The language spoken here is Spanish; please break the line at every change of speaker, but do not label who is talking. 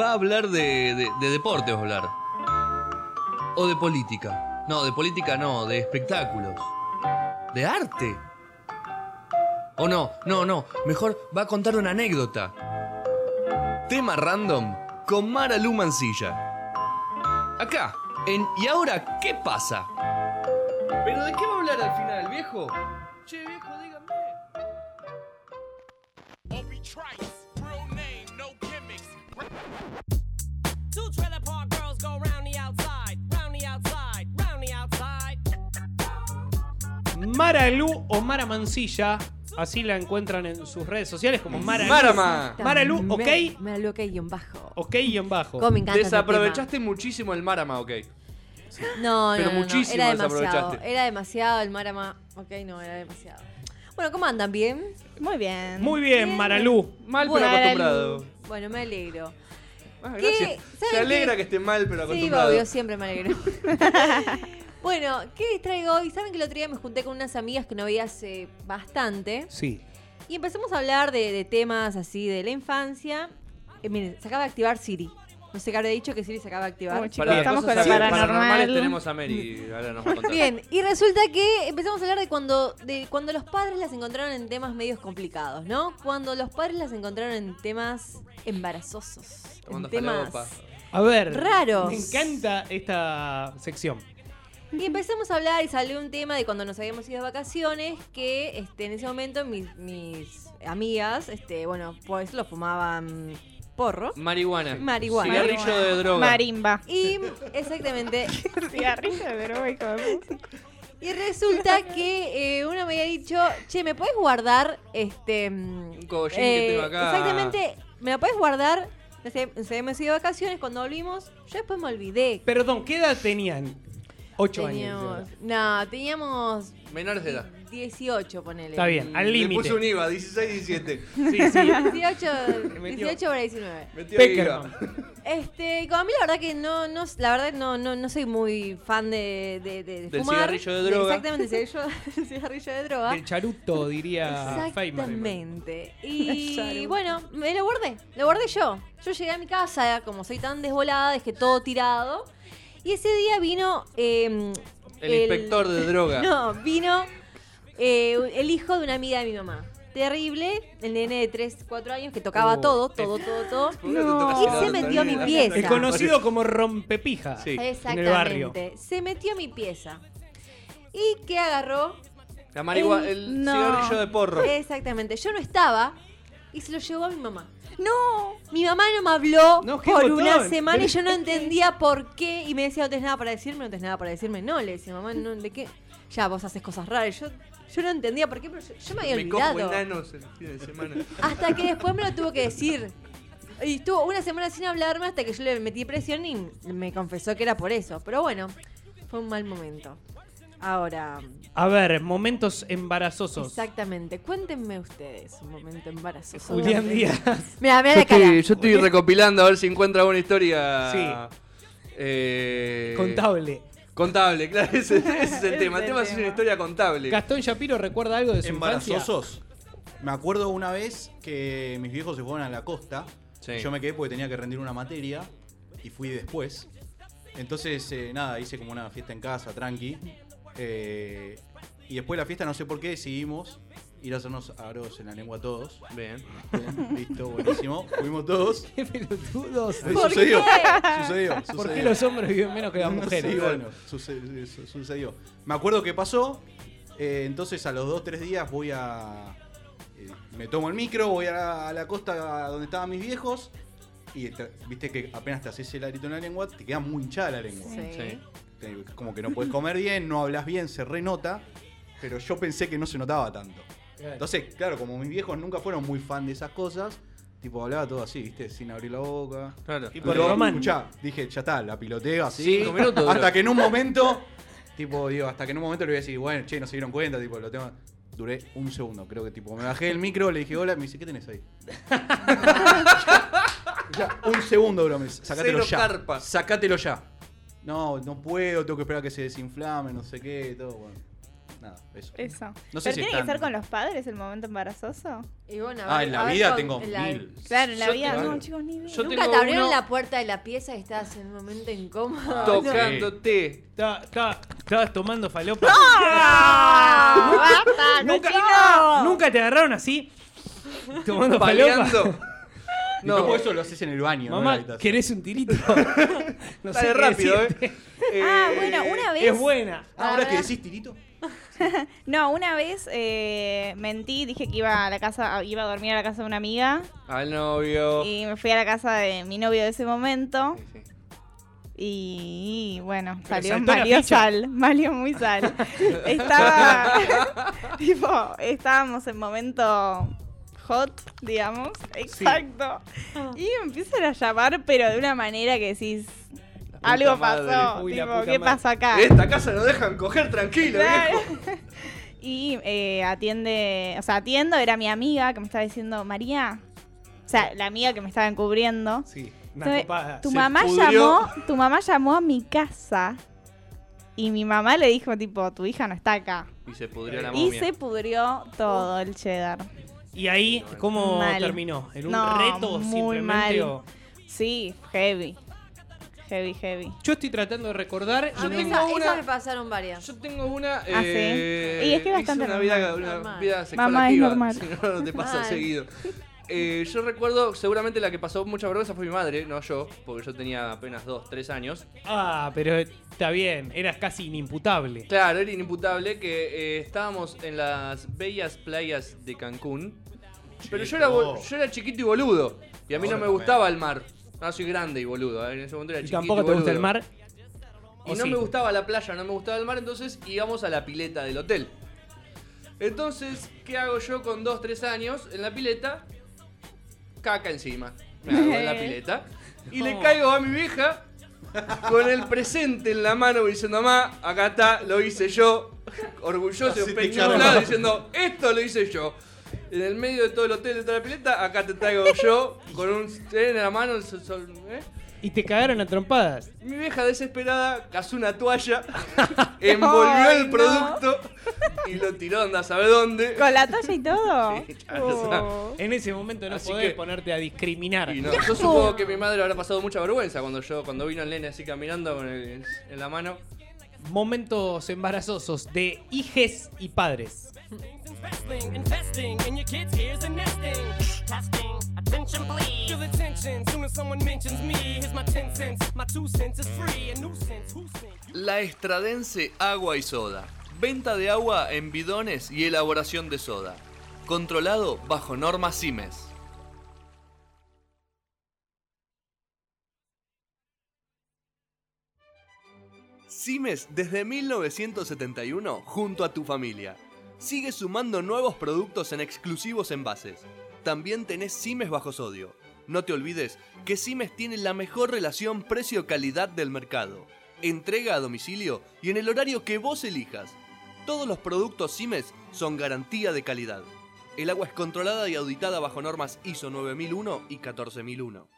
va a hablar de, de, de deporte, va a hablar. O de política. No, de política no, de espectáculos. De arte. O no, no, no. Mejor va a contar una anécdota. Tema random con Mara Lu Mancilla. Acá, en ¿Y ahora qué pasa? ¿Pero de qué va a hablar al final, viejo? Che, viejo, dígame.
Obi Trice, real name, no gimmicks. Two trailer park girls go round the outside, round the outside, round the outside.
Mara Lu o Mara Mancilla. Así la encuentran en sus redes sociales como Mara Lu.
Marama.
Maralu,
También.
ok.
Maralu, ok, guión bajo.
Ok, y en bajo.
Como me encanta ese
Oh. Desaprovechaste muchísimo el Marama, ok.
tema. No, no,
Pero
no, no,
muchísimo
Era demasiado.
desaprovechaste.
Era demasiado el Marama. Ok, no, era demasiado. Bueno, ¿cómo andan? ¿Bien?
Muy bien.
Muy bien, Maralu.
Mal
Bueno,
pero acostumbrado.
Bueno, me alegro.
Ah,
¿Qué?
gracias.
¿Saben
Se alegra
qué?
que esté mal pero
Sí,
acostumbrado.
obvio, siempre me alegro. bueno, ¿qué les traigo hoy? Saben que el otro día me junté con unas amigas que no veía hace bastante.
Sí.
Y empezamos a hablar de, de temas así de la infancia. Eh, miren, se acaba de activar Siri. No sé qué habré dicho que Siri se acaba de activar.
Como chicos, estamos con
cosas
lo
así,
paranormal.
paranormales tenemos a Mary. Ahora nos va a contar.
Bien, y resulta que empezamos a hablar de cuando, de cuando los padres las encontraron en temas medios complicados, ¿no? Cuando los padres las encontraron en temas embarazosos. En
Tomando
temas...
falopa.
A ver.
Raros.
Me encanta esta sección.
Y empezamos a hablar y salió un tema de cuando nos habíamos ido de vacaciones, que este, en ese momento mis, mis amigas, este, bueno, pues lo fumaban porro.
Marihuana.
Marihuana.
Cigarrillo de droga.
Marimba.
Y exactamente,
Cigarrillo de droga, hijo de puta.
y resulta que eh, uno me había dicho, che, ¿me puedes guardar este... eh,
Un cogollín que tengo acá.
Exactamente, ¿me la puedes guardar? No sé, Se me ido de vacaciones, cuando volvimos, yo después me olvidé.
Perdón, ¿qué edad tenían? Ocho años.
Teníamos,
de verdad.
no, teníamos
Menores de edad.
18, ponele.
Está bien, al
Le
límite.
puse un IVA, 16, 17.
Sí, sí.
18,
metió.
18 para 19.
Metió IVA.
Peckerman.
Este, como a mí la verdad que no, no la verdad no, no, no soy muy fan de, de, de
Del
fumar.
cigarrillo de droga.
Exactamente, el cigarrillo, el cigarrillo de droga.
El charuto, diría Feynman.
Exactamente. Y bueno, me lo guardé, lo guardé yo. Yo llegué a mi casa, como soy tan desvolada, dejé todo tirado. Y ese día vino... eh,
El inspector de droga.
No, vino eh, el hijo de una amiga de mi mamá. Terrible, el nene de 3, 4 años que tocaba
Uh,
Oh.
todo, todo, todo, todo.
No.
Y se metió a mi pieza.
El conocido como rompepija.
Sí.
En el barrio.
Exactamente. Se metió a mi pieza. ¿Y qué agarró?
La marihuana, el
No.
cigarrillo de porro.
Exactamente. Yo no estaba y se lo llevó a mi mamá.
No.
Mi mamá no me habló
No, qué
por
botón.
una semana y
Pero-
yo no entendía por qué. Y me decía, no tenés nada para decirme, no tenés nada para decirme. No, le decía, mamá, no, ¿de qué? Ya, vos haces cosas raras. Yo, yo no entendía por qué, pero yo, yo me había
Me como
olvidado.
enanos el fin de semana.
Hasta que después me lo tuvo que decir. Y estuvo una semana sin hablarme hasta que yo le metí presión y me confesó que era por eso. Pero bueno, fue un mal momento. Ahora,
A ver, momentos embarazosos.
exactamente, cuéntenme ustedes un momento embarazoso.
Julián Díaz.
Mira, mira
Yo
la cara.
estoy, yo estoy recopilando a ver si encuentro alguna historia.
Sí.
eh,
Contable.
Contable, claro, ese, ese es el
Ese
tema. El
es
tema
el
es una
tema.
historia contable.
Gastón Shapiro recuerda algo de su infancia.
¿Embarazosos? Me acuerdo una vez que mis viejos se fueron a la costa.
Sí.
y Yo me quedé porque tenía que rendir una materia y fui después. Entonces, eh, nada, hice como una fiesta en casa, tranqui. Eh, y después de la fiesta, no sé por qué, decidimos ir a hacernos aros en la lengua todos.
Bien.
Bien, Listo, buenísimo. Fuimos todos.
Qué pelotudos.
Eh,
¿Por
sucedió,
qué?
sucedió.
¿Por qué
sucedió.
los hombres viven menos que las
No,
mujeres?
sí, bueno, suce- su- sucedió. Me acuerdo que pasó. eh, entonces a los 2-3 días voy a. eh, me tomo el micro, voy a la, a la costa donde estaban mis viejos. Y te- viste que apenas te haces el arito en la lengua, te queda muy hinchada la lengua.
Sí.
Te- Como que no puedes comer bien, no hablas bien, se renota. Pero yo pensé que no se notaba tanto. Entonces, claro, como mis viejos nunca fueron muy fan de esas cosas, tipo hablaba todo así, viste, sin abrir la boca.
Claro.
Y por
Pero,
Román.
escuchá, dije, ya está, la piloteo así.
Cinco minutos duró.
Hasta que en un momento, tipo, digo, hasta que en un momento le voy a decir, bueno, che, no se dieron cuenta, tipo, lo tengo. Duré un segundo, creo que tipo, me bajé del micro, le dije, hola, me dice, ¿qué tenés ahí? ya, un segundo, bro, me dice, sacátelo
Cero
ya.
carpa.
Sacátelo ya. No, no puedo, tengo que esperar a que se desinflame, no sé qué, todo, bueno. Nada, eso.
Eso.
No sé
¿Pero
si
tiene
están-
que ser con los padres el momento embarazoso?
Y bueno, a
Ah,
ver-
en
a
la
ver
vida
con-
tengo
en la-
mil.
Claro, en la
Yo
vida.
tengo-
No, chicos, ni idea.
Yo
Nunca
tengo
te abrieron
uno
la puerta de la pieza y estás en un momento incómodo.
tocándote.
Está- está- Estabas tomando falopa.
¡Ah! ¡Basta,
¿Nunca,
cochino!
¿Nunca te agarraron así? Tomando falopa.
Paleando.
No,
No.
eso lo haces en el baño. no en la
Mamá,
habitación.
¿querés un tirito? no
Dale rápido,
decirte.
eh,
Ah, bueno, una vez.
Es buena.
Ah, ahora que decís tirito.
No, una vez eh, mentí, dije que iba a la casa, iba a dormir a la casa de una amiga
Al novio.
y me fui a la casa de mi novio de ese momento
Sí, sí.
y, bueno, salió
saltó la
malió
ficha.
sal, malió muy sal. Estaba, tipo, estábamos en momento hot, digamos, exacto. Y me empiezan a llamar, pero de una manera que decís,
puta
algo
madre.
pasó,
Uy, la
tipo,
puta
¿qué
madre.
pasó acá?
Esta casa lo dejan coger tranquilo,
Claro.
viejo.
Y eh, atiende, o sea, atiendo, era mi amiga que me estaba diciendo, María, o sea, la amiga que me estaba encubriendo.
Sí.
Una
Entonces,
copada.
tu
se
mamá
pudrió.
llamó, tu mamá llamó a mi casa y mi mamá le dijo tipo, tu hija no está acá.
Y se pudrió la
Y
momia.
se pudrió todo el cheddar.
¿Y ahí cómo
Mal.
terminó? ¿En un
No,
reto
muy
simplemente?
mal.
o-
Sí, heavy. Heavy, heavy.
Yo estoy tratando de recordar.
A
y
mí
tengo
esa-
una-
esas me pasaron varias.
Yo tengo una.
Ah, sí.
eh,
Y es que
hice
bastante
una
normal.
vida, una
Normal.
vida sexual
Mamá, es
activa,
normal.
si no, no te pasa
Mal.
seguido. Eh, yo recuerdo, seguramente la que pasó mucha vergüenza fue mi madre, no yo, porque yo tenía apenas 2, 3 años.
Ah, pero está bien. Eras casi inimputable.
Claro, era inimputable que eh, estábamos en las bellas playas de Cancún. Pero yo era, bol- yo era chiquito y boludo. Y a mí no me gustaba el mar. No, soy grande y boludo. eh, En ese momento era
¿Y
chiquito
tampoco te
boludo.
gusta el mar?
Y
¿O
no
sí?
me gustaba la playa, no me gustaba el mar, entonces íbamos a la pileta del hotel. Entonces, ¿qué hago yo con 2, 3 años en la pileta? Caca encima. Me hago en la pileta. Y le
No.
caigo a mi vieja con el presente en la mano diciendo, mamá, acá está, lo hice yo. Orgulloso
Así
y
te
peñolado
echaron.
diciendo, esto lo hice yo. En el medio de todo el hotel, de toda la pileta, acá te traigo yo con un en la mano. so- so- ¿eh?
Y te cagaron a trompadas.
Mi vieja desesperada cazó una toalla, envolvió
Ay,
el
no.
producto y lo tiró anda sabe dónde.
Con la toalla y todo.
Sí, Ah, ya lo
Oh.
En ese momento no
Así
podés
que-
ponerte a discriminar.
Y no, yo supongo que mi madre habrá pasado mucha vergüenza cuando yo cuando vino el nene así caminando con el, en la mano.
Momentos embarazosos de hijes y padres.
Investing, investing in your kids' ears and nesting. Testing, attention please. Feel the tension soon as someone mentions me. Here's my 10 cents, my 2 cents is free. A nuisance, who sent you?
La Estradense Agua y Soda. Venta de agua en bidones y elaboración de soda. Controlado bajo normas CIMES. CIMES desde 1971 junto a tu familia. Sigue sumando nuevos productos en exclusivos envases. También tenés CIMES bajo sodio. No te olvides que CIMES tiene la mejor relación precio-calidad del mercado. Entrega a domicilio y en el horario que vos elijas. Todos los productos CIMES son garantía de calidad. El agua es controlada y auditada bajo normas ISO 9001 y 14001.